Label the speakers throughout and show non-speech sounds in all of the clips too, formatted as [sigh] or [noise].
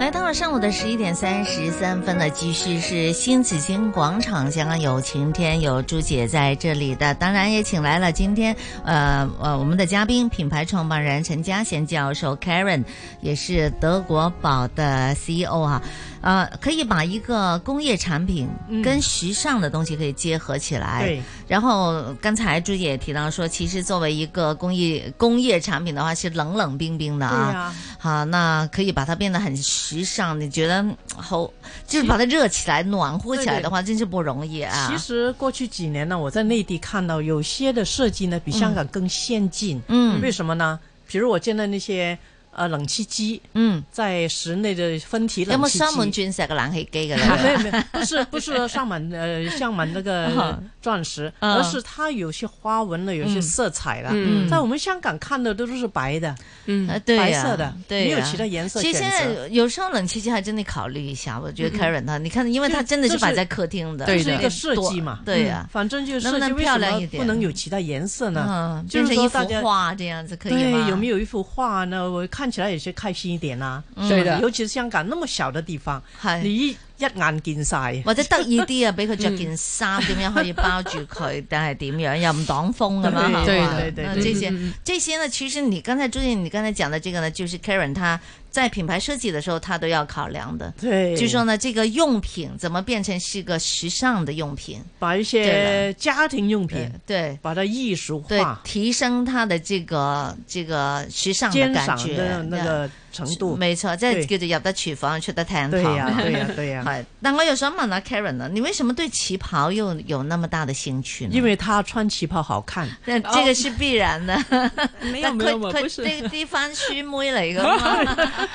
Speaker 1: 来到了上午的十一点三十三分呢，继续是新紫金广场，香港有晴天，有朱姐在这里的，当然也请来了今天呃呃我们的嘉宾，品牌创办人陈嘉贤教授 Karen，也是德国宝的 CEO 哈、呃，可以把一个工业产品跟时尚的东西可以结合起来。
Speaker 2: 对
Speaker 1: 然后刚才朱姐也提到说，其实作为一个工业工业产品的话，是冷冷冰冰的啊。
Speaker 2: 对啊
Speaker 1: 好，那可以把它变得很时尚。你觉得嗯好，就是把它热起来、暖和起来的话，真是不容易啊。
Speaker 2: 其实过去几年呢，我在内地看到有些的设计呢，比香港更先进。
Speaker 1: 嗯
Speaker 2: 为什么呢？比如我见到那些呃冷气机，
Speaker 1: 嗯，
Speaker 2: 在室内的分体
Speaker 1: 有
Speaker 2: 冷
Speaker 1: 冇
Speaker 2: 气机。
Speaker 1: 雙門鑽石嘅冷氣機嘅
Speaker 2: [laughs] 没
Speaker 1: 咧？
Speaker 2: 有没有，不是不是上满呃上满
Speaker 1: [laughs]
Speaker 2: 那个
Speaker 1: 嗯
Speaker 2: 钻石，
Speaker 1: 嗯
Speaker 2: 而是它有些花纹了，有些色彩了。
Speaker 3: 嗯
Speaker 2: 在我们香港看的都是白的，
Speaker 1: 呃
Speaker 3: 嗯，
Speaker 1: 对呀
Speaker 2: 白色的，
Speaker 1: 对
Speaker 2: 没有
Speaker 1: 呀
Speaker 2: 其他颜色
Speaker 1: 其
Speaker 2: 选
Speaker 1: 实
Speaker 2: 择。
Speaker 1: 现在有时候冷气机还真得考虑一下，我觉得 Karen 他，你看，因为
Speaker 2: 这
Speaker 1: 它真的是
Speaker 2: 这是
Speaker 1: 摆在客厅的，
Speaker 3: 这是
Speaker 2: 是一
Speaker 1: 对
Speaker 2: 个设计嘛，
Speaker 1: 对呀
Speaker 2: 嗯反正就是
Speaker 1: 能不
Speaker 2: 设
Speaker 1: 能
Speaker 2: 计为
Speaker 1: 漂
Speaker 2: 什
Speaker 1: 亮一
Speaker 2: 么
Speaker 1: 点
Speaker 2: 不能有其他颜色呢？
Speaker 1: 嗯，
Speaker 2: 就
Speaker 1: 变
Speaker 2: 是
Speaker 1: 成一
Speaker 2: 说
Speaker 1: 幅
Speaker 2: 大家
Speaker 1: 画这样子可以吗？
Speaker 2: 对，有没有一幅画呢？我看起来也是开心一点啦、啊。
Speaker 3: 对的
Speaker 2: 尤其是香港那么小的地方，
Speaker 1: 係
Speaker 2: 你一一眼見 [laughs] 晒。
Speaker 1: 或者得意啲啊，俾佢着件衫，點樣可以包住佢？但係點樣又唔擋風咁樣，
Speaker 2: [laughs] 對
Speaker 1: 好嘛
Speaker 2: 對對
Speaker 1: 那
Speaker 2: 對
Speaker 1: 这些
Speaker 3: 嗯嗯嗯
Speaker 1: 这些呢，其實你剛才朱姐，你剛才講的這個呢，就是 Karen 她在品牌設計的時候，她都要考量的。
Speaker 2: 对，
Speaker 1: 就说呢，這個用品怎麼變成是個時尚的用品？
Speaker 2: 把一
Speaker 1: 对
Speaker 2: 些家庭用品
Speaker 1: 对
Speaker 2: 把它艺术
Speaker 1: 對，
Speaker 2: 化，
Speaker 1: 提升它的這個這個時尚的
Speaker 2: 鉴
Speaker 1: 感
Speaker 2: 赏
Speaker 1: 覺。
Speaker 2: 的那個程度。
Speaker 1: 沒錯，即係
Speaker 2: 對
Speaker 1: 叫做入得廚房出得廳堂。
Speaker 2: 對呀、對呀、對
Speaker 1: [laughs]
Speaker 2: 呀、
Speaker 1: 係但我又想問下 Karen 啊，你為什麼對旗袍又有那麼大的興趣呢？
Speaker 2: 因為他穿旗袍好看。
Speaker 1: 那这个是必然的，
Speaker 3: 哦 [laughs] 没有
Speaker 1: 但
Speaker 3: 没
Speaker 1: 佢
Speaker 3: 有，我不
Speaker 1: 佢
Speaker 3: 是。
Speaker 1: 啲啲番書妹嚟
Speaker 3: [laughs]
Speaker 1: 噶嘛？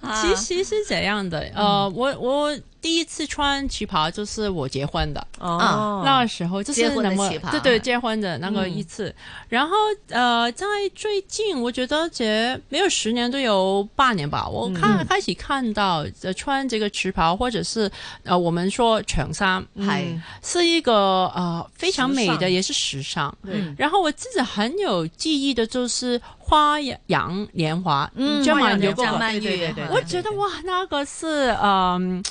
Speaker 1: 啊
Speaker 3: 其实是怎样的？
Speaker 1: 嗯
Speaker 3: 呃，我我第一次穿旗袍就是我结婚的，
Speaker 2: 哦，
Speaker 3: 那时候就是
Speaker 1: 结婚的
Speaker 3: 那么
Speaker 1: 旗袍嗯
Speaker 3: 对对结婚的那个一次。然后呃，在最近我觉得这没有十年都有八年
Speaker 1: 嗯
Speaker 3: 吧，我看、开始看到、呃、穿这个旗袍或者是呃我们说长衫，
Speaker 1: 系
Speaker 3: 是一个呃非常美
Speaker 2: 时
Speaker 3: 的，
Speaker 2: 尚
Speaker 3: 也是时尚。
Speaker 1: 嗯
Speaker 2: 对，
Speaker 3: 然后我自己很有记忆的就是《花样年华》，
Speaker 1: 嗯
Speaker 3: 张曼
Speaker 2: 曼
Speaker 3: 玉
Speaker 2: 玉，
Speaker 1: 张曼玉
Speaker 2: 对对对
Speaker 1: 我
Speaker 3: 我觉得哇，那个是嗯，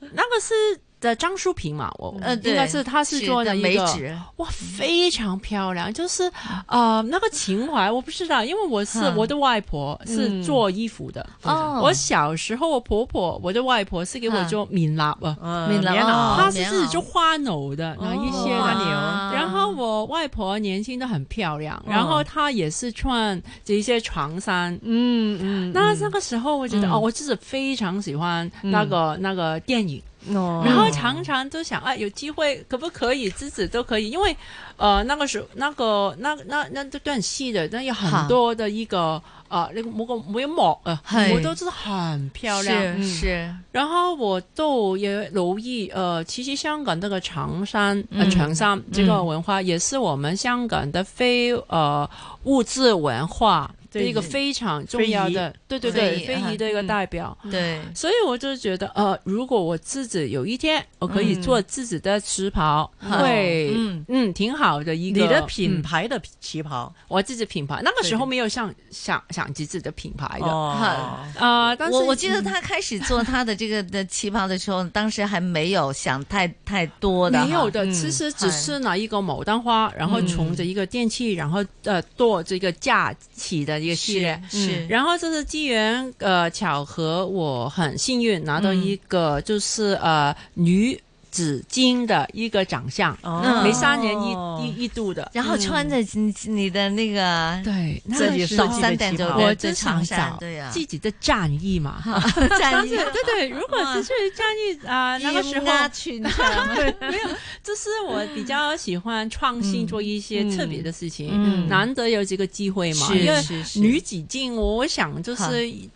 Speaker 3: 那个是的张淑平嘛，我、
Speaker 1: 呃对
Speaker 3: 应该是她是做的
Speaker 1: 的
Speaker 3: 一
Speaker 1: 美
Speaker 3: 个
Speaker 1: 指，
Speaker 3: 哇，非常漂亮，就是呃那个情怀，我不知道，因为我是、
Speaker 1: 嗯
Speaker 3: 我的外婆是做衣服的。
Speaker 1: 哦
Speaker 3: 我小时候，我婆婆，我的外婆是给我
Speaker 1: 嗯
Speaker 3: 做棉袄啊，
Speaker 2: 嗯
Speaker 1: 明了
Speaker 2: 棉
Speaker 1: 哦
Speaker 2: 袄
Speaker 3: 她是自己做花偶的，然后一些
Speaker 2: 哇
Speaker 3: 的
Speaker 1: 哇
Speaker 3: 然后我外婆年轻的很漂亮，
Speaker 1: 哦
Speaker 3: 然后她也是穿这些床衫，
Speaker 2: 嗯嗯，嗯
Speaker 3: 那那个时候我觉得、哦，我自己非常喜欢那个、那个电影，
Speaker 2: 哦
Speaker 3: 然后常常都想啊，有机会可不可以自己都可以，因为呃那个时候那个那那那那段戏的那有很多的一个啊那个某个每一幕啊，
Speaker 1: 是
Speaker 3: 我都是很漂亮。嗯
Speaker 1: 是是，
Speaker 3: 然后我都也留意呃，其实香港这个长衫呃
Speaker 1: 嗯
Speaker 3: 长衫这个文化也是我们香港的非呃物质文化。的
Speaker 2: 对
Speaker 3: 一个非常重要的，对对对，
Speaker 1: 非
Speaker 3: 非
Speaker 1: 遗
Speaker 3: 遗的一个代表。
Speaker 1: 对，
Speaker 3: 所以我就觉得，呃，如果我自己有一天我可以做自己的旗袍，会
Speaker 1: 嗯
Speaker 3: 嗯挺好的一
Speaker 2: 你
Speaker 3: 个
Speaker 2: 的品
Speaker 3: 嗯
Speaker 2: 牌的旗袍
Speaker 3: 我自己品牌。那个时候没有想想想起自己的品牌的，
Speaker 2: 哦，
Speaker 3: 呃，但是
Speaker 1: 我我记得他开始做他的这个的旗袍的时候，当时还没有想太太多的哈，嗯
Speaker 3: 没有的，
Speaker 2: 嗯
Speaker 3: 其实只是拿一个牡丹花，然后从着一个电器，然后呃做这个架起的一个系列
Speaker 1: 是。是，
Speaker 3: 嗯然后这是机缘呃巧合，我很幸运拿
Speaker 1: 嗯
Speaker 3: 到一个就是、呃女紫金的一个奖项，
Speaker 2: 哦
Speaker 3: 每三年一、一一度的。
Speaker 1: 然后穿着你你的那个
Speaker 3: 嗯对，那
Speaker 2: 自己
Speaker 3: 是
Speaker 2: 设
Speaker 1: 手
Speaker 2: 计
Speaker 1: 三点就
Speaker 2: 的旗袍
Speaker 3: 我
Speaker 1: 就
Speaker 3: 就
Speaker 1: 长
Speaker 3: 想
Speaker 1: 衫
Speaker 3: 找，
Speaker 1: 对呀，
Speaker 3: 自己的战役嘛，哈，
Speaker 1: 战衣
Speaker 3: 对对，如果只是战役啊，那个时候
Speaker 1: 啊裙 [laughs] 长，
Speaker 3: 就是我比较喜欢创新，做一些特别的事情，
Speaker 1: 嗯
Speaker 3: 难得有这个机会嘛。
Speaker 1: 是
Speaker 3: 因为
Speaker 1: 是是
Speaker 3: 女几进，我想就是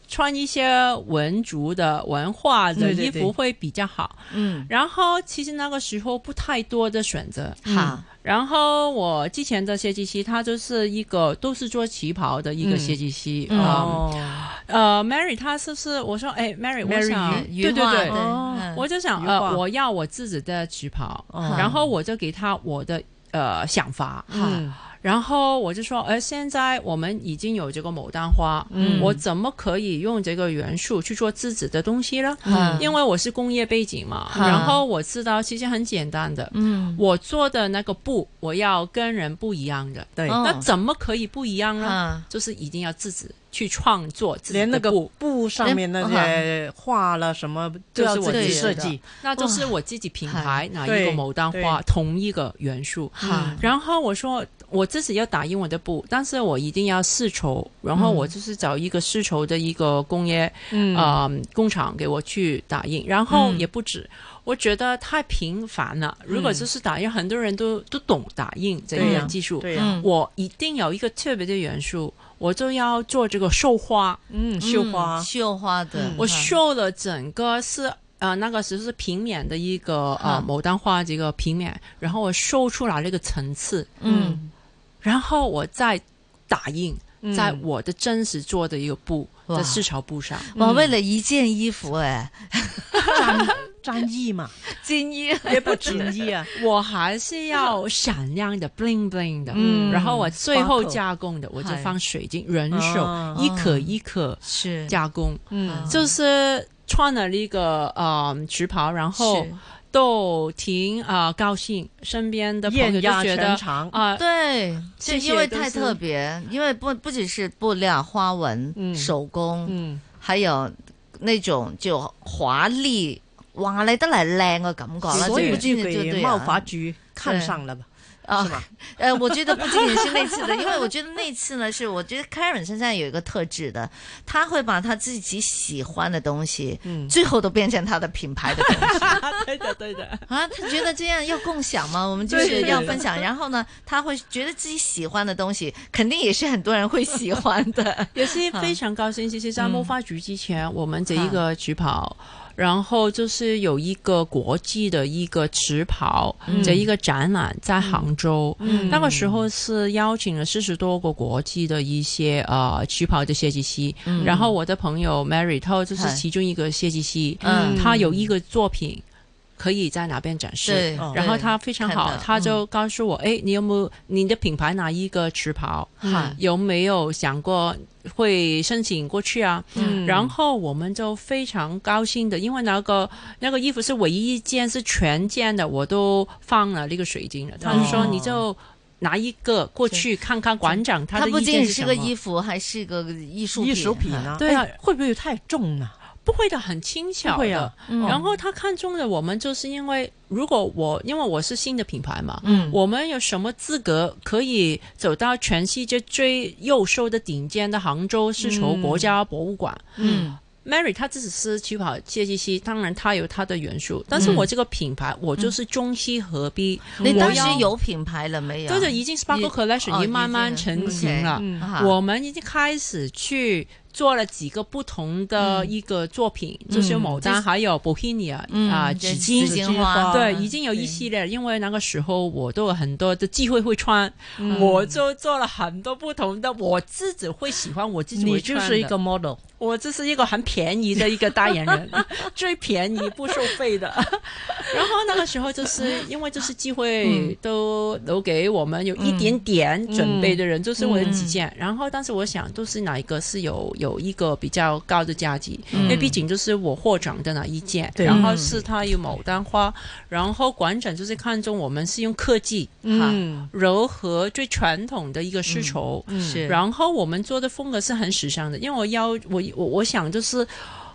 Speaker 3: 穿一些文族的文化的
Speaker 2: 对对
Speaker 3: 衣
Speaker 2: 对
Speaker 3: 服会比较好。
Speaker 1: 嗯，
Speaker 3: 然后其实那个时候不太多的选择。
Speaker 1: 好，
Speaker 3: 然后我之前的设计师，他就是一个都是做旗袍的一个设计师啊、
Speaker 1: 嗯
Speaker 3: 嗯
Speaker 1: 哦
Speaker 3: 呃，Mary 她是不是？我说，哎，Mary，我
Speaker 2: Mary
Speaker 3: 想，
Speaker 1: 鱼
Speaker 3: 对对
Speaker 1: 画
Speaker 3: 对
Speaker 1: 嗯的，
Speaker 2: 哦
Speaker 1: 嗯
Speaker 3: 我就想，
Speaker 2: 鱼
Speaker 3: 呃
Speaker 2: 画，
Speaker 3: 我要我自己的旗袍，
Speaker 2: 哦
Speaker 3: 然后我就给她我的呃想法，
Speaker 2: 嗯
Speaker 3: 然后我就说，呃，现在我们已经有这个牡丹花，
Speaker 2: 嗯
Speaker 3: 我怎么可以用这个元素去做自己的东西呢？
Speaker 1: 嗯
Speaker 3: 因为我是工业背景嘛，
Speaker 1: 嗯
Speaker 3: 然后我知道其实很简单的，
Speaker 1: 嗯，
Speaker 3: 我做的那个布，我要跟人不一样的，
Speaker 2: 对，
Speaker 1: 哦
Speaker 3: 那怎么可以不一样呢？
Speaker 1: 嗯
Speaker 3: 就是一定要自己去创作自己
Speaker 2: 连那个
Speaker 3: 的布，
Speaker 2: 布上面那些画了什么都要自己设计，
Speaker 3: 那就是我自己品牌哪一
Speaker 2: 对
Speaker 3: 个牡丹花
Speaker 2: 对
Speaker 3: 同一个元素。
Speaker 1: 好，
Speaker 3: 然后我说我自己要打印我的布，但是我一定要丝绸，然后
Speaker 1: 嗯
Speaker 3: 我就是找一个丝绸的一个工业
Speaker 2: 嗯
Speaker 3: 啊、工厂给我去打印，然后
Speaker 1: 嗯
Speaker 3: 也不止。我觉得太频繁了。如果就是打印，很多人都都懂打印这
Speaker 2: 嗯对
Speaker 3: 个
Speaker 2: 呀
Speaker 3: 技术。
Speaker 2: 对呀，
Speaker 1: 嗯，
Speaker 3: 我一定有一个特别的元素，我就要做这个绣花。
Speaker 2: 嗯，绣花
Speaker 1: 嗯，绣花的
Speaker 2: 嗯，
Speaker 3: 我
Speaker 1: 哈
Speaker 3: 绣了整个是呃那个只是平面的一个呃
Speaker 1: 嗯
Speaker 3: 牡丹花这个平面，然后我绣出来了一个层次，
Speaker 1: 嗯
Speaker 3: 然后我再打印在我的真实做的一个布
Speaker 1: 哇
Speaker 3: 的丝绸布上。
Speaker 1: 哇，嗯为了一件衣服哎，
Speaker 2: 战战役嘛，
Speaker 1: 金衣
Speaker 2: [laughs] 也不锦衣啊，
Speaker 3: 我还是要闪亮的、bling bling 的，
Speaker 2: 嗯
Speaker 3: 然后我最后
Speaker 2: ，sparkle
Speaker 3: 加工的，我就
Speaker 1: 嗨
Speaker 3: 放水晶、人
Speaker 2: 啊
Speaker 3: 手一颗一颗
Speaker 1: 是
Speaker 3: 加工，
Speaker 1: 啊
Speaker 2: 嗯
Speaker 3: 就是穿了那个呃旗袍，然后
Speaker 1: 是
Speaker 3: 都挺啊、呃高兴，身边的朋友
Speaker 2: 艳
Speaker 3: 就
Speaker 2: 压
Speaker 3: 觉得
Speaker 2: 全场，
Speaker 3: 啊、
Speaker 1: [laughs] 对，
Speaker 3: 这
Speaker 1: 是
Speaker 3: 些
Speaker 1: 因为
Speaker 3: 都
Speaker 1: 太
Speaker 3: 是
Speaker 1: 特别，因为不不只是布料、花纹、
Speaker 2: 嗯
Speaker 1: 手工，
Speaker 2: 嗯，
Speaker 1: 还有那种就华丽，哇，你得嚟靓嘅感觉啦，
Speaker 2: 所
Speaker 1: 这
Speaker 2: 以
Speaker 1: 部
Speaker 2: 就
Speaker 1: 剧就
Speaker 2: 给
Speaker 1: 对啊
Speaker 2: 贸
Speaker 1: 了
Speaker 2: 发局看上了吧，
Speaker 1: 啊
Speaker 2: 是。吧？
Speaker 1: 呃，我觉得不仅仅是那次的，因为我觉得那次呢，是我觉得 Karen 身上有一个特质的，他会把他自己喜欢的东西，
Speaker 2: 嗯
Speaker 1: 最后都变成他的品牌的东西 [laughs]
Speaker 3: 对的对的，。
Speaker 1: 啊。他觉得这样要共享嘛，我们就
Speaker 2: 对
Speaker 1: 是
Speaker 2: 对
Speaker 1: 要
Speaker 2: 对
Speaker 1: 分享。然后呢，他会觉得自己喜欢的东西，肯定也是很多人会喜欢的
Speaker 2: [laughs]
Speaker 3: 也是非常高兴。其实，在魔法局之前，我们这一个旗袍。然后就是有一个国际的一个旗袍
Speaker 1: 嗯
Speaker 3: 这一个展览在杭州，
Speaker 2: 嗯
Speaker 3: 那个时候是邀请了四十多个国际的一些呃旗袍的设计师，
Speaker 1: 嗯
Speaker 3: 然后我的朋友 Mary 她就是
Speaker 1: 嗨
Speaker 3: 其中一个设计师，
Speaker 1: 嗯，
Speaker 3: 她有一个作品可以在哪边展示，
Speaker 1: 对
Speaker 2: 哦。
Speaker 3: 然后
Speaker 1: 对
Speaker 3: 她非常
Speaker 1: 看
Speaker 3: 好
Speaker 1: 到，嗯
Speaker 3: 她就告诉我，哎，你有没有你的品牌哪一个旗袍？
Speaker 1: 嗨
Speaker 3: 有没有想过会申请过去啊？
Speaker 1: 嗯
Speaker 3: 然后我们就非常高兴的，因为那个那个衣服是唯一一件是全件的，我都放了那个水晶了。他就说
Speaker 2: 哦
Speaker 3: 你就拿一个过去看看馆长他
Speaker 1: 它
Speaker 3: 的
Speaker 1: 不
Speaker 3: 意
Speaker 1: 仅
Speaker 3: 见
Speaker 1: 仅是
Speaker 3: 什
Speaker 1: 个
Speaker 3: 么。
Speaker 1: 衣服，还是个艺术
Speaker 2: 艺术品
Speaker 1: 哈
Speaker 2: 啊，
Speaker 3: 对啊
Speaker 2: 哎会不会太重啊了？
Speaker 3: 不会的，很轻巧
Speaker 2: 不会啊
Speaker 3: 的。
Speaker 1: 嗯
Speaker 3: 然后他看中了我们，就是因为如果我因为我是新的品牌嘛，
Speaker 1: 嗯
Speaker 3: 我们有什么资格可以走到全世界最优秀的顶尖的杭州丝绸国家博物馆？
Speaker 1: 嗯
Speaker 3: Mary 她自己是旗袍设计师，当然她有她的元素，但是
Speaker 1: 嗯
Speaker 3: 我这个品牌，我就是中西合璧。
Speaker 1: 你
Speaker 3: 嗯我
Speaker 1: 当时
Speaker 3: 要
Speaker 1: 有品牌了没有？
Speaker 3: 就是已经 Sparkle
Speaker 1: 哦
Speaker 3: Collection 已经慢慢
Speaker 1: 已经
Speaker 3: 成型了，
Speaker 2: 嗯
Speaker 1: 啊
Speaker 3: 我们已经开始去做了几个不同的一个作品，嗯就是有牡丹，还有 Bohemia
Speaker 1: 嗯
Speaker 3: 啊，
Speaker 1: 这
Speaker 3: 纸
Speaker 1: 紫
Speaker 3: 巾。啊
Speaker 1: 荆花，
Speaker 2: 花
Speaker 3: 对，
Speaker 1: 嗯
Speaker 3: 已经有一系列，因为那个时候我都有很多的机会会穿，我就做了很多不同的，我自己会喜欢，我自己
Speaker 2: 你
Speaker 3: 会穿
Speaker 2: 就
Speaker 3: 的。
Speaker 2: 是一个 model，
Speaker 3: 我这是一个很便宜的一个代
Speaker 2: [laughs]
Speaker 3: 言人，最便宜不收费的。然后那个时候就是因为就是机
Speaker 2: 嗯
Speaker 3: 会都留给我们有一点点准备的人，就是我的几件。
Speaker 2: 嗯
Speaker 3: 然后当时我想，都是哪一个是有有一个比较高的价值，因为毕竟就是我获奖的那一件，
Speaker 2: 嗯对嗯
Speaker 3: 然后是它有牡丹花，然后馆长就是看中我们是用科技
Speaker 2: 嗯
Speaker 3: 柔和最传统的一个丝绸。
Speaker 1: 是，
Speaker 3: 然后我们做的风格是很时尚的，因为我要我我我想就是。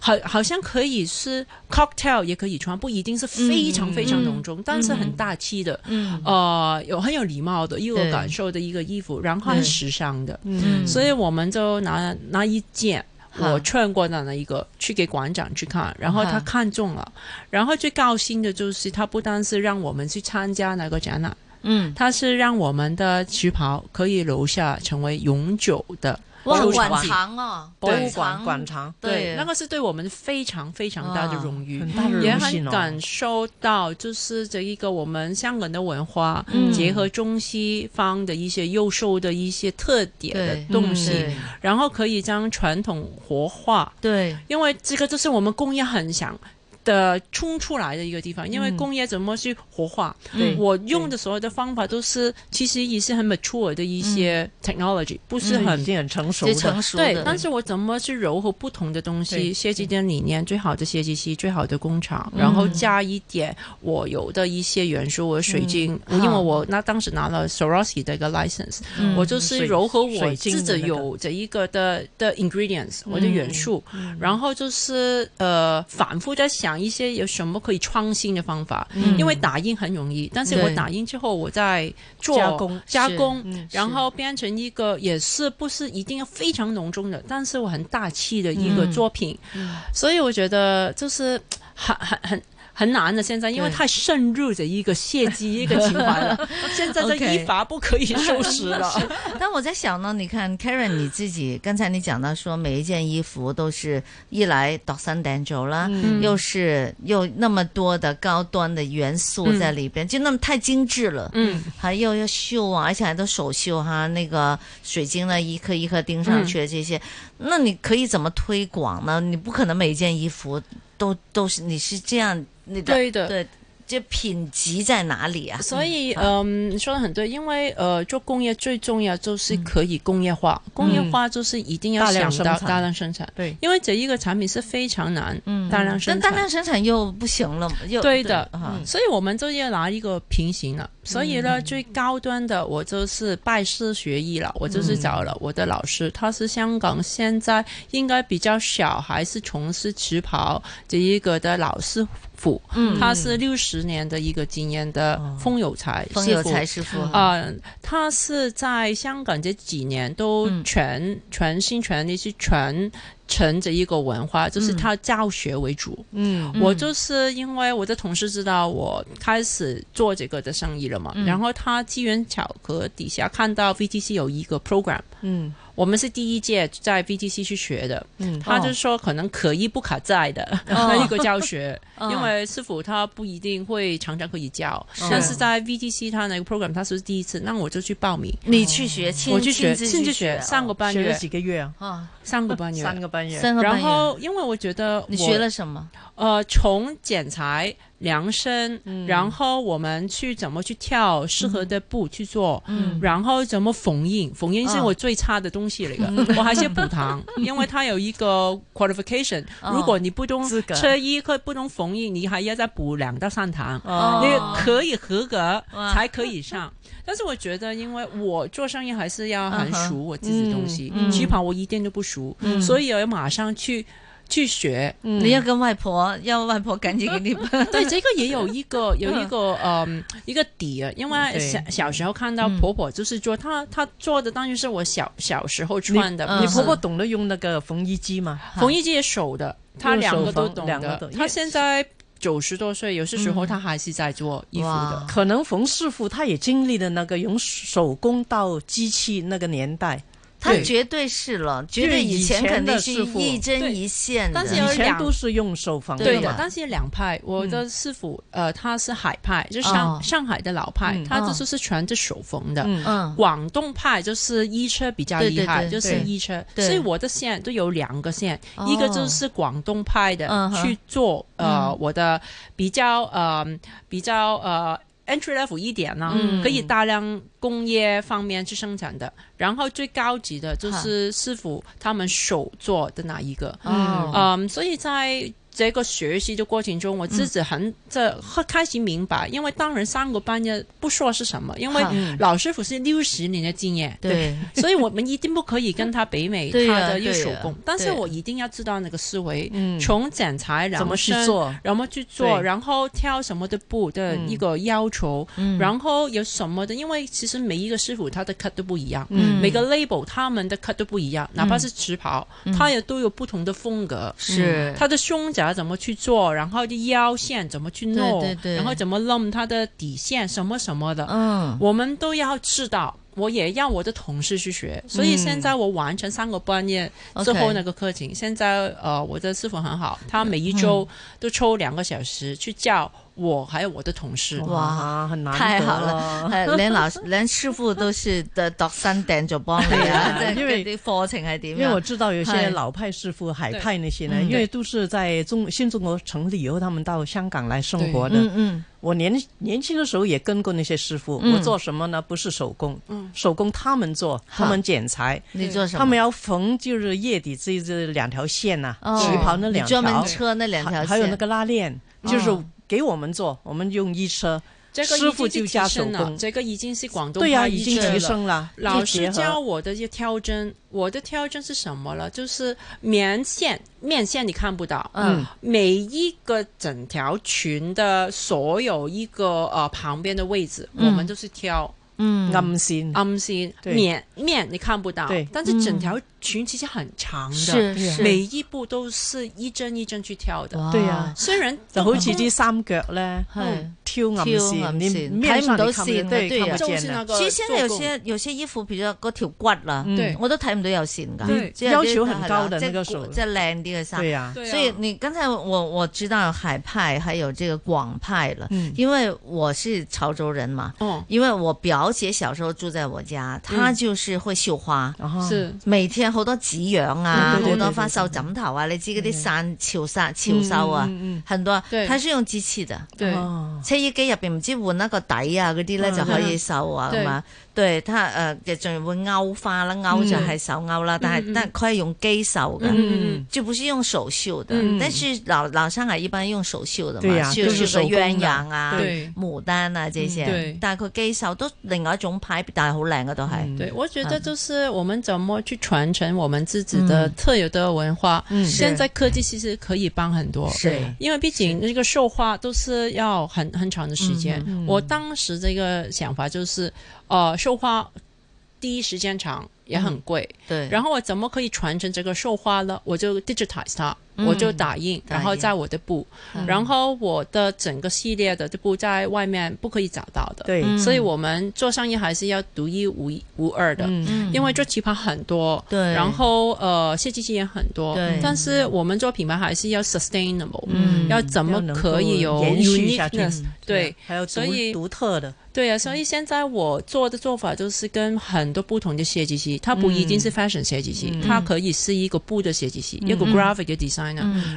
Speaker 3: 好，好像可以是 cocktail，也可以穿，不一定是非常非常浓重，但是很大气的，
Speaker 1: 嗯
Speaker 3: 呃，有很有礼貌的，又
Speaker 1: 对
Speaker 3: 有感受的一个衣服，然后很时尚的，
Speaker 1: 嗯，
Speaker 3: 所以我们就拿拿一件
Speaker 1: 好
Speaker 3: 我穿过的那一个去给馆长去看，然后
Speaker 1: 好
Speaker 3: 他看中了，然后最高兴的就是他不单是让我们去参加那个展览，
Speaker 1: 嗯，
Speaker 3: 它是让我们的旗袍可以留下成为永久的
Speaker 1: 哇，
Speaker 3: 收
Speaker 1: 馆
Speaker 3: 藏品。
Speaker 1: 藏哦，
Speaker 3: 博物
Speaker 1: 馆
Speaker 2: 馆
Speaker 1: 藏
Speaker 2: 馆藏
Speaker 1: 对嗯
Speaker 3: 那个是对我们非常非常大的荣嗯誉
Speaker 2: 很。大的
Speaker 3: 也
Speaker 2: 荣
Speaker 3: 很
Speaker 2: 幸哦。
Speaker 3: 感受到，就是这一个我们香港的文化、
Speaker 1: 嗯
Speaker 3: 结合中西方的一些优秀的一些特点
Speaker 1: 对嗯
Speaker 3: 的东西，
Speaker 1: 对
Speaker 3: 然后可以将传统活化，
Speaker 1: 对，
Speaker 3: 因为这个就是我们工业很想的冲出来的一个地方。因为
Speaker 2: 嗯
Speaker 3: 工业怎么去活化？
Speaker 2: 对
Speaker 3: 我用的所有的方法都是其实也是很 mature 的一些
Speaker 2: 嗯
Speaker 3: technology，、不是
Speaker 2: 是
Speaker 3: 很
Speaker 2: 已经很成熟
Speaker 1: 这
Speaker 2: 的，
Speaker 1: 成熟
Speaker 3: 对
Speaker 1: 的，，
Speaker 3: 但是我怎么去柔和不同的东西，
Speaker 2: 对嗯
Speaker 3: 设计点理念，最好的设计师，最好的工厂，然后加一点我有的一些元素，我的水晶，
Speaker 2: 啊
Speaker 1: 嗯
Speaker 3: 因为
Speaker 1: 好
Speaker 3: 我那当时拿了 Swarovski 的一个 license，、
Speaker 1: 嗯
Speaker 3: 我就是柔和我
Speaker 2: 水晶的
Speaker 3: 自己
Speaker 2: 那个
Speaker 3: 有这一个的的 ingredients，我的元素，
Speaker 2: 嗯
Speaker 3: 然后就是呃反复在想一些有什么可以创新的方法，
Speaker 1: 嗯
Speaker 3: 因为打印很容易，但是我
Speaker 1: 对
Speaker 3: 打印之后我再做
Speaker 2: 加工
Speaker 3: 加
Speaker 1: 是
Speaker 3: 工，
Speaker 2: 嗯
Speaker 3: 然
Speaker 1: 是
Speaker 3: 后变成一个也是不是一定要非常浓重的，但是我很大气的一个
Speaker 1: 嗯
Speaker 3: 作品，
Speaker 2: 嗯
Speaker 3: 所以我觉得就是很 [laughs] 很很。很难的，现在因为
Speaker 1: 对
Speaker 3: 太渗入着一个谢机一个情怀 [laughs] 了，现在的
Speaker 1: OK
Speaker 3: 衣法不可以收拾了。
Speaker 1: 但我在想呢，你看 Karen 你自己，刚才你讲到说每一件衣服都是一来度身订造啦，
Speaker 3: 嗯
Speaker 1: 又是又那么多的高端的元素在里边，就那么太精致了。
Speaker 3: [laughs] 嗯，
Speaker 1: 还有要绣啊，而且还都手绣哈，那个水晶呢，一颗一颗钉上去的这些，那你可以怎么推广呢？你不可能每一件衣服都都是你是这样，你的
Speaker 3: 对的。
Speaker 1: 对，这品级在哪里啊？
Speaker 3: 所以，嗯，你说的很对，因为呃，做工业最重要就是可以工业化，工业化就是一定要
Speaker 2: 大
Speaker 3: 想
Speaker 2: 量
Speaker 3: 到
Speaker 2: 生产
Speaker 3: 大量生产，
Speaker 2: 对
Speaker 3: 因为这一个产品是非常难
Speaker 1: 嗯
Speaker 3: 大量
Speaker 1: 但
Speaker 3: 生
Speaker 1: 大
Speaker 3: 产。
Speaker 1: 量生产又不行了，又
Speaker 3: 对嗯的
Speaker 1: 啊，
Speaker 3: 所以我们就要拿一个平行了。所以
Speaker 1: 嗯
Speaker 3: 呢，最高端的我就是拜师学艺了，我就是找
Speaker 1: 嗯
Speaker 3: 了我的老师，他是香港现在应该比较小，还是从事旗袍这一个的老师傅，
Speaker 1: 嗯
Speaker 3: 他是六十年的一个经验的风油才
Speaker 1: 风
Speaker 3: 师
Speaker 1: 油
Speaker 3: 傅
Speaker 1: 哦才师傅啊，
Speaker 3: 呃，他是在香港这几年都
Speaker 1: 嗯
Speaker 3: 全、全心全力去传承这一个文化，就是他教学为主。
Speaker 2: 嗯
Speaker 3: 我
Speaker 1: 嗯
Speaker 3: 就是因为我的同事知道我开始做这个的生意了嘛，然后他机缘巧合底下看到 VTC 有一个 program，
Speaker 2: 嗯
Speaker 3: 我们是第一届在 VTC 去学的，
Speaker 2: 嗯
Speaker 3: 他就说可能可一不可再的、 [laughs] 那一个教学，因为师傅他不一定会常常可以教，但是在 VTC 他那个 program 他是第一次，那我就去报名，
Speaker 1: 你去学，亲
Speaker 3: 我去学，
Speaker 1: 亲
Speaker 3: 甚
Speaker 1: 自
Speaker 3: 至
Speaker 1: 去
Speaker 3: 学上个
Speaker 1: 哦
Speaker 3: 半
Speaker 2: 学了
Speaker 3: 月，
Speaker 2: 几个月啊，
Speaker 1: 啊，
Speaker 3: 上
Speaker 2: [laughs]
Speaker 3: 个半月，
Speaker 2: 三个半月，
Speaker 1: 三个半
Speaker 3: 然
Speaker 1: 月
Speaker 3: 后，因为我觉得
Speaker 1: 你
Speaker 3: 我
Speaker 1: 学了什么？
Speaker 3: 呃，从剪裁、量身，
Speaker 1: 嗯
Speaker 3: 然后我们去怎么去跳适合的布去做，然后怎么缝印，缝印是
Speaker 1: 嗯
Speaker 3: 我最差的东西嚟嘅， [laughs] 我还是补
Speaker 1: [laughs]
Speaker 3: 堂，因为它有一个 qualification，
Speaker 1: 哦
Speaker 3: 如果你不懂
Speaker 2: 资格
Speaker 3: 车衣，佢不懂缝印，你还要再补两到三堂。
Speaker 1: 哦
Speaker 3: 你可以合格
Speaker 1: 哇
Speaker 3: 才可以上，但是我觉得，因为我做生意还是要很
Speaker 1: 嗯哼
Speaker 3: 熟我自己的东西
Speaker 1: 嗯，
Speaker 3: 旗袍我一点都不熟，所以我要马上去去学，
Speaker 1: 你要跟外婆，要外婆赶紧给你
Speaker 3: 对，这个也有一个有一个嗯一个底啊，因为
Speaker 2: 对
Speaker 3: 小小时候看到婆婆就是做她她做的当然是我小小时候穿的，
Speaker 1: 嗯
Speaker 3: 不
Speaker 2: 你
Speaker 3: 是
Speaker 2: 婆婆懂得用那个缝衣机吗？
Speaker 3: 缝衣机也手的，她两个都懂
Speaker 2: 两个
Speaker 3: 的
Speaker 2: 都，
Speaker 3: 她现在。九十多岁，有些时候她还是在做衣服的
Speaker 1: 哇，
Speaker 2: 可能冯师傅他也经历了那个用手工到机器那个年代，
Speaker 1: 他
Speaker 3: 对
Speaker 1: 绝对是了，绝
Speaker 2: 就是
Speaker 1: 对
Speaker 2: 以
Speaker 1: 前
Speaker 2: 前
Speaker 1: 肯定
Speaker 2: 的
Speaker 1: 是
Speaker 2: 师傅
Speaker 1: 一针
Speaker 3: 对
Speaker 1: 一线的，
Speaker 3: 但是有
Speaker 2: 以前
Speaker 3: 两
Speaker 2: 都是用手缝
Speaker 1: 对
Speaker 2: 的
Speaker 3: 的
Speaker 1: 嘛
Speaker 2: 嘛。
Speaker 3: 但是有两派，我的师傅呃他是海派，就
Speaker 1: 哦
Speaker 3: 上上海的老派
Speaker 2: 嗯，
Speaker 3: 他
Speaker 1: 哦
Speaker 3: 这就是全是手缝的，
Speaker 2: 嗯
Speaker 1: 嗯
Speaker 3: 广东派就是衣车比较
Speaker 1: 对
Speaker 3: 厉害，
Speaker 1: 对对
Speaker 3: 就是衣车，
Speaker 1: 对
Speaker 3: 所以我的线都有两个线，
Speaker 1: 哦
Speaker 3: 一个就是广东派的、
Speaker 1: 嗯哼
Speaker 3: 去做呃、
Speaker 1: 嗯
Speaker 3: 我的比较呃比较呃。entry level 一点呢、
Speaker 1: 嗯
Speaker 3: 可以大量工业方面去生产的，然后最高级的就是师傅他们手做的那一个，
Speaker 1: 哦
Speaker 3: 嗯，所以在这个学习的过程中，我自己很这开始明白，因为当然三个半月不说是什么，因为
Speaker 1: 哈
Speaker 3: 老师傅是六十年的经验，
Speaker 1: 对
Speaker 3: 所以我们一定不可以跟他媲
Speaker 1: [laughs]
Speaker 3: 美
Speaker 1: 对呀
Speaker 3: 他的一个手
Speaker 1: 对
Speaker 3: 工
Speaker 1: 呀，
Speaker 3: 但是
Speaker 1: 对
Speaker 3: 我一定要知道那个思维，
Speaker 2: 嗯
Speaker 3: 从剪裁
Speaker 2: 怎
Speaker 3: 然后
Speaker 2: 么去
Speaker 3: 生
Speaker 2: 做？
Speaker 3: 然后去做，
Speaker 2: 对
Speaker 3: 然后挑什么的布的
Speaker 1: 嗯
Speaker 3: 一个要求，然后有什么的，因为其实每一个师傅他的 cut 都不一样，
Speaker 1: 嗯
Speaker 3: 每个 label 他们的 cut 都不一样，哪怕是旗袍，它也都有不同的风格。
Speaker 1: 嗯是
Speaker 3: 它的胸夹怎么去做，然后的腰线怎么去弄，
Speaker 1: 对对对
Speaker 3: 然后怎么弄它的底线什么什么的，
Speaker 1: 嗯，
Speaker 2: 啊
Speaker 3: 我们都要知道。我也让我的同事去学，所以现
Speaker 2: 嗯
Speaker 3: 在我完成三个半月之后
Speaker 1: OK
Speaker 3: 那个课程。现在呃，我的师傅很好，他每一周
Speaker 2: 嗯
Speaker 3: 都抽两个小时去教我还有我的同事。
Speaker 2: 哦哇，很难得
Speaker 1: 太
Speaker 2: 啊
Speaker 1: 好
Speaker 2: [laughs]
Speaker 1: 了，係連老連師傅都是得度身訂做幫你 [laughs] 啊！即
Speaker 2: 係啊
Speaker 1: 係
Speaker 2: 因為
Speaker 1: 嗰啲課程係點
Speaker 2: 因为我
Speaker 1: 樣？
Speaker 2: 知道有些
Speaker 1: 嗨
Speaker 2: 老派师傅、海
Speaker 3: 对
Speaker 2: 派那些呢，
Speaker 1: 嗯
Speaker 2: 因为都是在中新中国成立以后，他们到香港来生活的。
Speaker 1: 嗯嗯，
Speaker 2: 我年年轻的时候也跟过那些师傅，
Speaker 1: 嗯
Speaker 2: 我做什么呢？不是手工，
Speaker 3: 嗯
Speaker 2: 手工他们做，他们剪裁，
Speaker 1: 你做什
Speaker 2: 他
Speaker 1: 麼
Speaker 2: 们？要缝就是腋底这这两条线呐、
Speaker 1: 哦
Speaker 2: 旗袍那
Speaker 1: 你
Speaker 2: 两条，
Speaker 1: 專門車那兩條
Speaker 2: 还
Speaker 1: 線，
Speaker 2: 还有那个拉链，就是
Speaker 1: 哦
Speaker 2: 给我们做，我们用衣车，
Speaker 3: 这个
Speaker 2: 师
Speaker 3: 已经
Speaker 2: 傅就是加
Speaker 3: 提
Speaker 2: 手
Speaker 3: 升了，
Speaker 2: 工，
Speaker 3: 这个已经是广东
Speaker 2: 对呀、
Speaker 3: 话
Speaker 2: 已
Speaker 3: 一
Speaker 2: 经
Speaker 3: 致
Speaker 2: 提
Speaker 3: 了
Speaker 2: 升了。
Speaker 3: 老
Speaker 2: 一结
Speaker 3: 师
Speaker 2: 合
Speaker 3: 教我的一些挑针，我的挑针是什么了？就是棉线，面线你看不到。
Speaker 1: 嗯
Speaker 3: 每一个整条裙的所有一个呃旁边的位置，
Speaker 1: 嗯
Speaker 3: 我们都是挑
Speaker 1: 嗯
Speaker 2: 暗线，
Speaker 3: 暗线
Speaker 2: 对
Speaker 3: 面面你看不到
Speaker 2: 对，
Speaker 3: 但是整条裙其实很
Speaker 2: 嗯
Speaker 3: 长的，
Speaker 1: 是
Speaker 2: 是
Speaker 1: 嗯是
Speaker 3: 每一步都是一针一针去挑的。
Speaker 1: 哇
Speaker 2: 對啊
Speaker 3: 虽然
Speaker 2: 就好似啲衫腳咧，
Speaker 1: 係
Speaker 2: 挑暗
Speaker 1: 挑
Speaker 2: 線，
Speaker 1: 暗
Speaker 2: 你
Speaker 1: 線
Speaker 2: 面
Speaker 1: 睇唔
Speaker 2: 上
Speaker 1: 到
Speaker 2: 你看不
Speaker 1: 線嘅
Speaker 2: 對
Speaker 1: 對啊
Speaker 2: 看不
Speaker 3: 就
Speaker 2: 見
Speaker 3: 是
Speaker 2: 的
Speaker 3: 那个
Speaker 1: 其實現在有
Speaker 3: 做工
Speaker 1: 些有些衣服，譬如嗰條骨啦，
Speaker 3: 对
Speaker 1: 我都睇唔到有線㗎
Speaker 3: 對，
Speaker 1: 即係
Speaker 2: 嗯要
Speaker 1: 啲
Speaker 2: 求很高的
Speaker 1: 係啦
Speaker 2: 那個
Speaker 1: 即係
Speaker 2: 手
Speaker 1: 即係靚啲嘅衫
Speaker 2: 對。呀，
Speaker 3: 对啊
Speaker 1: 所以你刚才我我知道海派还有这个广派了，
Speaker 2: 嗯
Speaker 1: 因为我是潮州人嘛，
Speaker 3: 哦
Speaker 1: 因为我表姐小时候住在我家，她就是会绣花。
Speaker 2: 啊
Speaker 3: 是
Speaker 1: 每天好多紙樣啊，
Speaker 2: 嗯對對
Speaker 1: 好
Speaker 2: 對
Speaker 1: 多
Speaker 2: 對
Speaker 1: 花
Speaker 2: 對
Speaker 1: 繡枕頭啊，你知嗰啲散潮汕潮繡啊，
Speaker 2: 嗯嗯
Speaker 1: 很多，
Speaker 3: 對
Speaker 1: 它是用機器的，
Speaker 3: 对。
Speaker 2: 哦
Speaker 1: 車衣機入邊唔知換一個底啊嗰啲咧
Speaker 2: 嗯
Speaker 1: 就可以繡啊
Speaker 3: 對
Speaker 1: 咁啊，對，它誒仲會勾花啦，勾就係手勾啦，但係
Speaker 3: 嗯嗯
Speaker 1: 但係佢係用機繡嘅。
Speaker 3: 嗯嗯
Speaker 1: 就不是用手绣的，
Speaker 3: 嗯
Speaker 1: 但是老老上海一般用手绣的
Speaker 2: 对
Speaker 1: 嘛，
Speaker 2: 呀
Speaker 1: 就
Speaker 2: 都
Speaker 1: 是
Speaker 2: 是手
Speaker 1: 个
Speaker 2: 工的
Speaker 1: 鸳鸯啊、
Speaker 3: 对
Speaker 1: 牡丹啊这些，
Speaker 3: 嗯对
Speaker 1: 但系佢機手都另外一種牌，但係好靚嘅都係。
Speaker 3: 嗯
Speaker 2: 嗯
Speaker 3: 对，我觉得就是我们怎么去传承我们自己的特有的文化。
Speaker 2: 嗯
Speaker 1: 是
Speaker 3: 现在科技其实可以帮很多，
Speaker 1: 是
Speaker 3: 因为毕竟那个绣花都是要很很长的时间。
Speaker 2: 嗯嗯
Speaker 3: 我当时这个想法就是，呃，绣花第一时间长也很贵，
Speaker 1: 嗯对，
Speaker 3: 然后我怎么可以传承这个绣花呢？我就 digitize 它，我就打印，
Speaker 1: 打印
Speaker 3: 然后在我的布，
Speaker 1: 嗯
Speaker 3: 然后我的整个系列的这布在外面不可以找到的。
Speaker 2: 对，
Speaker 1: 嗯
Speaker 3: 所以我们做生意还是要独一无一无二的，
Speaker 2: 嗯
Speaker 3: 因为做旗袍很多，
Speaker 1: 对
Speaker 3: 然后呃设计师也很多
Speaker 1: 对，
Speaker 3: 但是我们做品牌还是要 sustainable，、
Speaker 1: 嗯
Speaker 3: 要怎么可以有
Speaker 2: 要能够延续下去
Speaker 3: uniqueness？对
Speaker 2: 还有
Speaker 3: 所
Speaker 2: 独
Speaker 3: 以
Speaker 2: 独特的，
Speaker 3: 对啊，所以现在我做的做法就是跟很多不同的设计师，他不一定是 fashion 设计师，他可以是一个布的设计师，一个 graphic 的 designer，、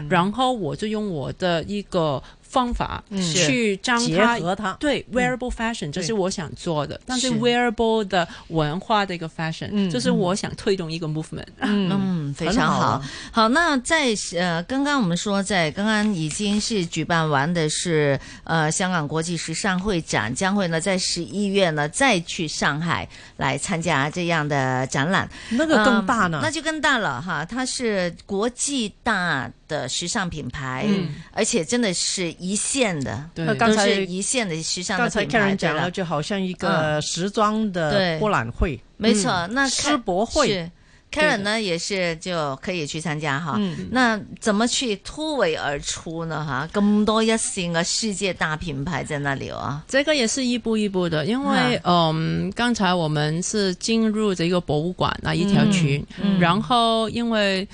Speaker 3: 然
Speaker 2: 嗯
Speaker 1: 嗯
Speaker 3: 后我就用我的一个方法
Speaker 1: 是
Speaker 3: 去将
Speaker 2: 结
Speaker 3: 它
Speaker 2: 合它，
Speaker 3: 对 wearable fashion，这是我想做的，但是
Speaker 1: 是
Speaker 3: wearable 的文化的一个 fashion，、
Speaker 2: 嗯
Speaker 3: 就是我想推动一个 movement。
Speaker 1: 嗯，非
Speaker 2: 很
Speaker 1: 常
Speaker 2: 好
Speaker 1: 好
Speaker 2: 啊。
Speaker 1: 好，那在呃，刚刚我们说，在刚刚已经是举办完的是呃香港国际时尚会展，将会呢在十一月呢再去上海来参加这样的展览。
Speaker 2: 那个更大
Speaker 1: 嗯
Speaker 2: 呢
Speaker 1: 那，就更大了哈！它是国际大的时尚品牌，
Speaker 3: 嗯
Speaker 1: 而且真的是一线的，
Speaker 3: 对
Speaker 2: 那刚才
Speaker 1: 都是一线的时尚的
Speaker 2: 刚才
Speaker 1: 品
Speaker 2: Karen
Speaker 1: 牌，对
Speaker 2: 讲了，
Speaker 1: 了，嗯
Speaker 2: 就好像一个时装
Speaker 1: 对
Speaker 2: 的博览会，
Speaker 1: 没错。那
Speaker 2: 世
Speaker 1: Ka-
Speaker 2: 嗯博会，
Speaker 1: 是 Karen 呢，也是就可以去参加哈。
Speaker 2: 嗯
Speaker 1: 那怎么去突围而出呢？哈，咁多一线的世界大品牌在那里啊，
Speaker 3: 这个也是一步一步的，因为嗯，刚才我们是进入这个博物馆那一条裙，
Speaker 1: 嗯
Speaker 3: 然后因为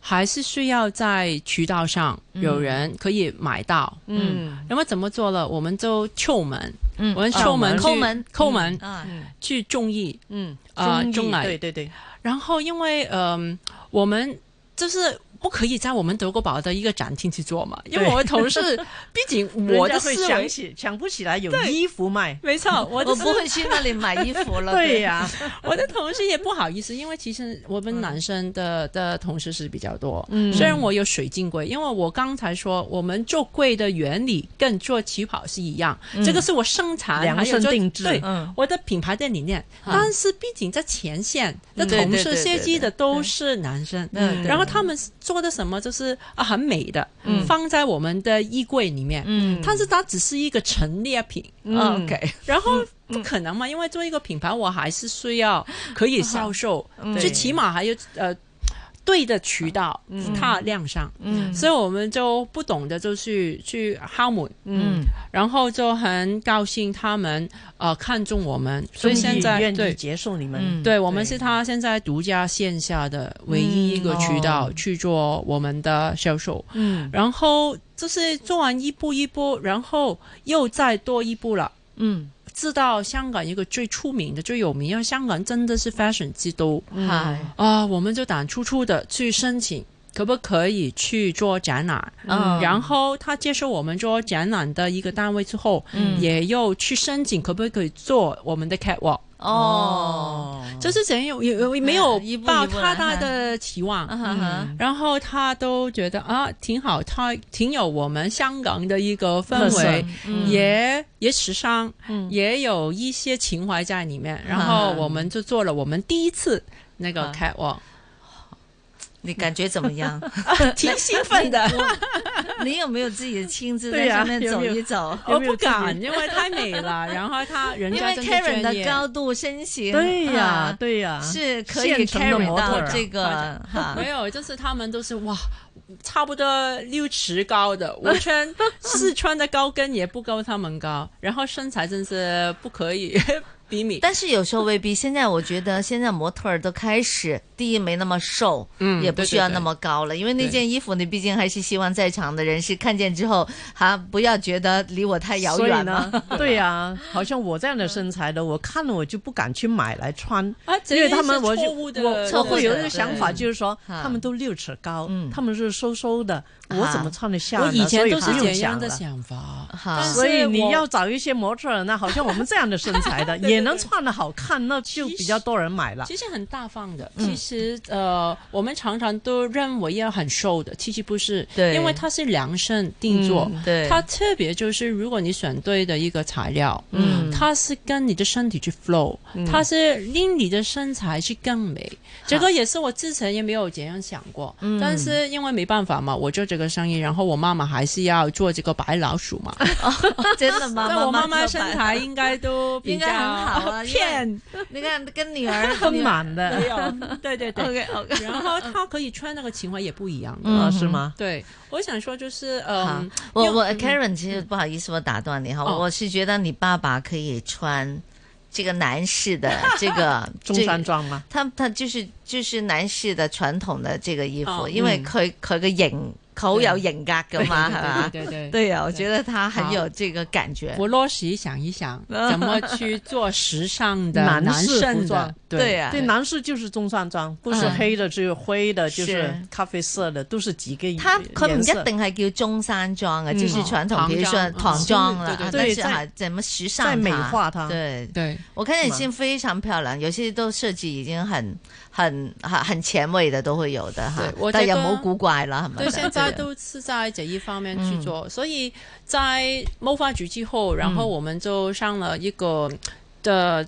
Speaker 3: 还是需要在渠道上有人可以买到。
Speaker 2: 嗯，
Speaker 3: 那么怎么做了？我们就叩门，
Speaker 1: 嗯
Speaker 3: 我们叩门去
Speaker 1: 叩门
Speaker 3: 叩门
Speaker 1: 啊，
Speaker 3: 去中意，
Speaker 2: 嗯
Speaker 3: 啊
Speaker 2: 中
Speaker 3: 中
Speaker 2: 艺
Speaker 3: 艺
Speaker 2: 对对对，
Speaker 3: 然后因为嗯、我们就是。不可以在我们德国堡的一个展厅去做嘛？因为
Speaker 2: 对
Speaker 3: 我的同事，
Speaker 2: [laughs]
Speaker 3: 毕竟我的
Speaker 2: 人家会
Speaker 3: 思
Speaker 2: 想
Speaker 3: 维，
Speaker 2: 起想不起来有衣服卖，[laughs]
Speaker 3: 没错，我的
Speaker 1: 我
Speaker 3: 思
Speaker 1: 不会去那里买衣服了。
Speaker 2: 对呀，
Speaker 3: [laughs] 我的同事也不好意思，因为其实我们男生的、的同事是比较多。
Speaker 2: 嗯
Speaker 3: 虽然我有水晶柜，因为我刚才说我们做柜的原理跟做旗袍是一样，这个是我生产
Speaker 2: 嗯量
Speaker 3: 还有
Speaker 2: 身
Speaker 3: 做
Speaker 2: 定制
Speaker 3: 对，
Speaker 1: 嗯
Speaker 3: 我的品牌在里面，但是毕竟在前线的
Speaker 1: 嗯对
Speaker 3: 同
Speaker 1: 对
Speaker 3: 事
Speaker 1: 对
Speaker 3: 设
Speaker 1: 对
Speaker 3: 计的都是男生，
Speaker 1: 嗯对
Speaker 3: 然后他们做的什么就是啊很美的，放在我们的衣柜里面，
Speaker 1: 嗯
Speaker 3: 但是它只是一个陈列品。
Speaker 2: 嗯
Speaker 3: OK，然后不可能嘛，因
Speaker 1: 嗯
Speaker 3: 为做一个品牌，我还是需要可以销售，
Speaker 2: 对
Speaker 3: 最起码还有呃。对的渠道，它亮相，
Speaker 1: 嗯
Speaker 3: 所以我们就不懂得就去去哈姆，
Speaker 1: 嗯
Speaker 3: 然后就很高兴他们呃看中我们，所以现在
Speaker 2: 愿意
Speaker 3: 对。
Speaker 2: 接受你们
Speaker 1: 嗯，
Speaker 3: 对我们是他现在独家线下的唯一一个渠道去做我们的销售，
Speaker 2: 嗯
Speaker 3: 然后就是做完一步一步，然后又再多一步了。
Speaker 1: 嗯，
Speaker 3: 知道香港一个最出名的、最有名，因为香港真的是 fashion 之都
Speaker 2: 嗯
Speaker 1: 嗨，
Speaker 3: 啊、我们就胆粗粗的去申请，可不可以去做展览？
Speaker 1: 嗯
Speaker 3: 然后他接受我们做展览的一个单位之后，
Speaker 1: 嗯
Speaker 3: 也又去申请，可不可以做我们的 catwalk？
Speaker 1: 哦，
Speaker 3: 就是怎样也也没有
Speaker 1: 嗯一步一
Speaker 3: 抱
Speaker 1: 步
Speaker 3: 太
Speaker 1: 来
Speaker 3: 大
Speaker 1: 嗯
Speaker 3: 的期望，
Speaker 1: 啊哈
Speaker 2: 嗯
Speaker 1: 哈，
Speaker 3: 然后他都觉得啊挺好，他挺有我们香港的一个氛
Speaker 2: 特色
Speaker 3: 围，
Speaker 1: 嗯
Speaker 3: 也也时尚，
Speaker 2: 嗯
Speaker 3: 也有一些情怀在里面。然后我们就做了我们第一次那个
Speaker 1: 嗯
Speaker 3: catwalk，
Speaker 1: 你感觉怎么
Speaker 2: [laughs]
Speaker 1: 样？
Speaker 3: 挺兴奋的。
Speaker 1: [laughs] 你有没有自己亲自在
Speaker 2: 对呀
Speaker 1: 上面走
Speaker 2: 有没有
Speaker 1: 一走？
Speaker 3: 我不
Speaker 1: [laughs]
Speaker 3: 敢，因为太美了。然后他人
Speaker 1: 因
Speaker 3: 家
Speaker 1: 为
Speaker 3: 真的
Speaker 1: Karen
Speaker 3: 专
Speaker 1: 的 [laughs]
Speaker 3: 业，
Speaker 1: 高度身形，
Speaker 2: 对呀
Speaker 1: 啊，
Speaker 2: 对呀，
Speaker 1: 是可以
Speaker 2: 现成的
Speaker 1: carry
Speaker 2: 模特
Speaker 1: 到
Speaker 2: 儿啊
Speaker 1: 这个哈
Speaker 3: [laughs] 没有，就是他们都是哇，差不多六尺高的，我穿四川的高跟也不够他们高，然后身材真是不可以 [laughs] 比拟。
Speaker 1: 但是有时候未必。现在我觉得，现在模特儿都开始，第一没那么瘦，
Speaker 3: 嗯
Speaker 1: 也不需要那么高了，因为那件衣服你毕竟还是希望在场的人士看见之后，哈，不要觉得离我太遥
Speaker 2: 所以
Speaker 1: 远
Speaker 2: 呢
Speaker 1: 了。，
Speaker 2: 对呀、好像我这样的身材的，我看了我就不敢去买来穿，
Speaker 3: 啊，
Speaker 2: 因为他们我
Speaker 3: 我
Speaker 2: 就我
Speaker 1: 错
Speaker 2: 我
Speaker 1: 误
Speaker 2: 会有
Speaker 1: 的
Speaker 2: 一个想法，就是说
Speaker 1: 哈
Speaker 2: 他们都六尺高，
Speaker 1: 嗯
Speaker 2: 他们是瘦瘦的，我
Speaker 1: 哈
Speaker 2: 怎么穿得下呢？
Speaker 3: 啊我以前都
Speaker 2: 所以不
Speaker 3: 是这
Speaker 2: 用
Speaker 3: 样
Speaker 2: 想
Speaker 3: 的
Speaker 2: 了。
Speaker 3: 想法。
Speaker 1: 哈，
Speaker 3: 但是
Speaker 2: 所以你
Speaker 3: 我
Speaker 2: 要找一些模特儿，那好像我们这样的身材的也能穿得好看，那就
Speaker 3: 其实
Speaker 2: 比较多人买了。
Speaker 3: 其实很大方的，其实呃，我们常常都认为要很瘦的，其实不是，
Speaker 1: 对
Speaker 3: 因为它是量身定做，
Speaker 1: 对，
Speaker 3: 它特别就是如果你选对的一个材料，
Speaker 1: 嗯
Speaker 3: 它是跟你的身体去 flow，、它是令你的身材去更美。这个也是我之前也没有这样想过，
Speaker 1: 嗯
Speaker 3: 但是因为没办法嘛，我做这个生意，然后我妈妈还是要做这个白老鼠
Speaker 1: [laughs]
Speaker 3: 嘛，
Speaker 1: [laughs] 真的吗？
Speaker 3: 但我妈妈
Speaker 1: 做
Speaker 3: 身
Speaker 1: 白
Speaker 3: 材应该都比
Speaker 1: 应
Speaker 3: 较
Speaker 1: 该很好
Speaker 3: [laughs]
Speaker 1: 啊，因为 [laughs]
Speaker 3: 骗
Speaker 1: 你看跟女儿 [laughs]
Speaker 2: 很满的
Speaker 1: 哎
Speaker 3: 没有，对对对。
Speaker 1: ，OK OK，
Speaker 3: 然后她可以穿那个情怀也不一样的。
Speaker 2: 啊，是吗？
Speaker 3: 对，我想说就是，
Speaker 1: 嗯好
Speaker 3: 嗯，，
Speaker 1: 我
Speaker 3: 因为
Speaker 1: 我 Karen，其实不好意思，我打断你哈，
Speaker 3: 哦
Speaker 1: 我是觉得你爸爸可以穿这个男士的这个
Speaker 2: 中
Speaker 1: 这
Speaker 2: 山装吗？
Speaker 1: 他他就是就是男士的傳統嘅這個衣服，
Speaker 3: 哦
Speaker 1: 因為佢佢嘅型佢好有型格噶嘛，係嘛？
Speaker 3: [laughs] 对对对。
Speaker 1: 對啊，我覺得他很有這個感覺。
Speaker 3: 我落实想一 [laughs] 想，怎么去做时尚 [laughs] 的
Speaker 2: 男士服
Speaker 3: 生的
Speaker 2: 装？
Speaker 1: 对呀、
Speaker 2: 对，男士就是中山装，不是
Speaker 1: 嗯
Speaker 2: 黑的，只有灰的，就是
Speaker 1: 是
Speaker 2: 咖啡色的，都是几个颜色。
Speaker 1: 他佢唔一定係叫中山裝啊，就是傳統，
Speaker 3: 唐裝
Speaker 1: 比如說唐裝啦，
Speaker 3: 嗯
Speaker 1: 但
Speaker 2: 對對對
Speaker 1: 是啊還怎麼時尚
Speaker 2: 在美
Speaker 1: 它
Speaker 2: 化它
Speaker 1: 對，
Speaker 3: 对，
Speaker 1: 我看
Speaker 2: 是
Speaker 1: 见
Speaker 2: 吗
Speaker 1: 已經非常漂亮，有些都設計已經很很很很前衛的都會有的哈
Speaker 3: 對，我
Speaker 1: 但
Speaker 3: 覺
Speaker 1: 又
Speaker 3: 得
Speaker 1: 冇古怪啦，係咪？
Speaker 3: 对，现在都是在这一方面去做，所以在谋发局之后，然后我们就上了一个的。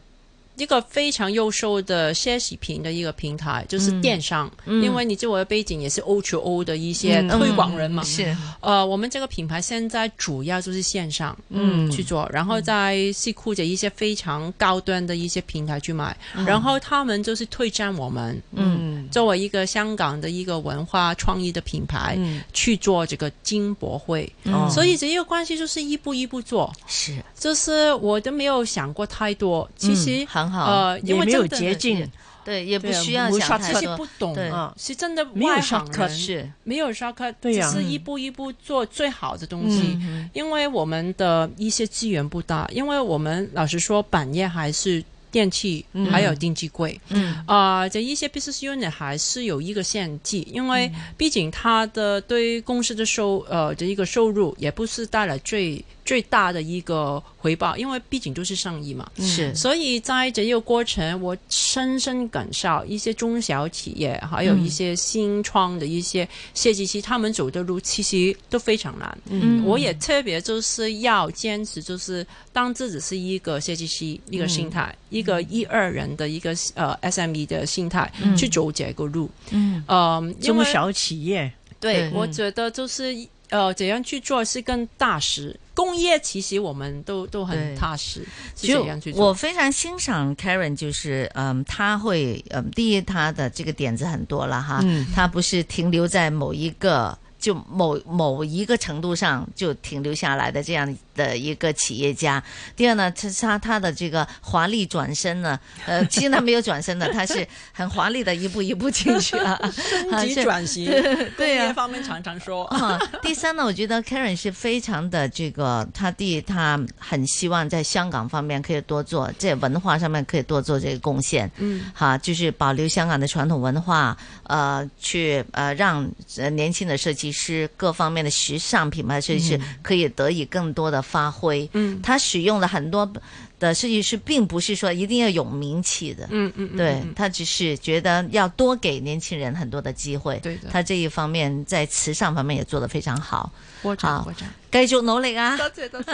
Speaker 3: 一个非常优秀的奢侈品的一个平台，就是电商，因为你知我的背景也是 O to O 的一些
Speaker 2: 嗯
Speaker 3: 推广人嘛，
Speaker 1: 是
Speaker 3: 呃，我们这个品牌现在主要就是线上，嗯，去做，然后在西库的一些非常高端的一些平台去买，然后他们就是退战我们，
Speaker 2: 嗯
Speaker 3: 作为一个香港的一个文化创意的品牌，
Speaker 2: 嗯
Speaker 3: 去做这个金博会，
Speaker 2: 哦
Speaker 3: 所以这个关系就是一步一步做，
Speaker 1: 是，
Speaker 3: 就是我都没有想过太多，其实、
Speaker 1: 嗯很好，
Speaker 3: 呃，因
Speaker 2: 也
Speaker 3: 为
Speaker 2: 没有
Speaker 3: 真的
Speaker 2: 捷径，
Speaker 1: 对，也不
Speaker 2: 对啊
Speaker 1: 需要
Speaker 2: 无
Speaker 1: 想
Speaker 2: 刷
Speaker 1: 太
Speaker 3: 其实
Speaker 1: 多，
Speaker 3: 不懂
Speaker 1: 对，
Speaker 2: 啊，
Speaker 3: 是真的
Speaker 2: 没有
Speaker 3: 外行
Speaker 2: shortcut
Speaker 3: 人
Speaker 1: 是。
Speaker 3: 没有 shortcut，
Speaker 2: 对呀嗯
Speaker 3: 只是一步一步做最好的东西。因为我们的一些资源不大，因为我们老实说，板业还是电器，还有定制柜，
Speaker 1: 嗯
Speaker 3: 啊、这一些 business unit 还是有一个限制，因
Speaker 2: 嗯
Speaker 3: 为毕竟它的对公司的收呃的一个收入也不是带来最最大的一个回报，因为毕竟都是生意嘛。
Speaker 1: 是
Speaker 3: 所以在这个过程，我深深感受一些中小企业，还有一些新创的一些设计师，他们走的路其实都非常难。
Speaker 1: 嗯
Speaker 3: 我也特别就是要坚持，就是当自己是一个设计师一个心态，一个一二人的一个呃 SME 的心态、去走这个路。
Speaker 1: 嗯
Speaker 3: 嗯，因
Speaker 2: 中
Speaker 3: 为
Speaker 2: 小企业，
Speaker 3: 对嗯
Speaker 1: 对，
Speaker 3: 我觉得就是呃，怎样去做是更大实。工业其实我们都都很踏实，是
Speaker 1: 就
Speaker 3: 这样去
Speaker 1: 我
Speaker 3: 做。
Speaker 1: 非常欣赏 Karen，就是嗯，他会嗯，第一他的这个点子很多了哈，
Speaker 2: 嗯
Speaker 1: 他不是停留在某一个就某某一个程度上就停留下来的这样的一个企业家。第二呢，他他他的这个华丽转身呢，呃，其实他没有转身的，他是很华丽的一步一步进去
Speaker 3: [laughs]
Speaker 1: 了。啊
Speaker 3: 升级转型，工
Speaker 1: 对啊
Speaker 3: 业方面常常说，
Speaker 1: 啊、第三呢，我觉得 Karen 是非常的这个，他第一他很希望在香港方面可以多做，在文化上面可以多做这个贡献，
Speaker 3: 嗯，
Speaker 1: 哈，就是保留香港的传统文化，呃，去呃让呃年轻的设计师各方面的时尚品牌设计师可以得以更多的发挥。
Speaker 3: 嗯
Speaker 1: 他使用了很多的设计师，并不是说一定要有名气的，
Speaker 3: 嗯嗯，嗯
Speaker 1: 对
Speaker 3: 嗯
Speaker 1: 他只是觉得要多给年轻人很多的机会。
Speaker 3: 对的
Speaker 1: 他这一方面在慈善方面也做得非常好，
Speaker 3: 我
Speaker 1: 好
Speaker 3: 掌我掌，
Speaker 1: 继续努力啊！
Speaker 3: 多谢多谢，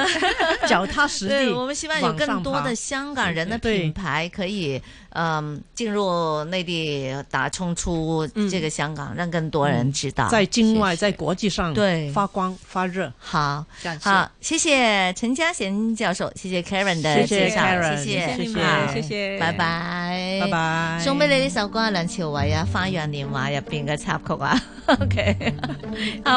Speaker 2: 脚踏实
Speaker 1: 对，
Speaker 2: 地。
Speaker 1: 我们希望有更多的香港人的品牌可以，嗯，进入内地，打冲出这个香港，让更多人知道。
Speaker 2: 嗯在境
Speaker 1: 谢
Speaker 2: 外，
Speaker 1: 谢
Speaker 2: 在国际上
Speaker 1: 对
Speaker 2: 发光发热。
Speaker 1: 好，
Speaker 3: 感谢。
Speaker 1: 好，谢谢陈嘉贤教授，谢谢 Karen 的
Speaker 2: 谢谢
Speaker 1: 介绍，
Speaker 2: Karen，
Speaker 1: 谢
Speaker 2: 谢谢
Speaker 1: 好
Speaker 3: 谢谢
Speaker 1: 拜拜，
Speaker 2: 拜。拜。
Speaker 1: 送俾你呢首歌，梁朝偉啊，《花樣年華》入邊嘅插曲啊。OK，好。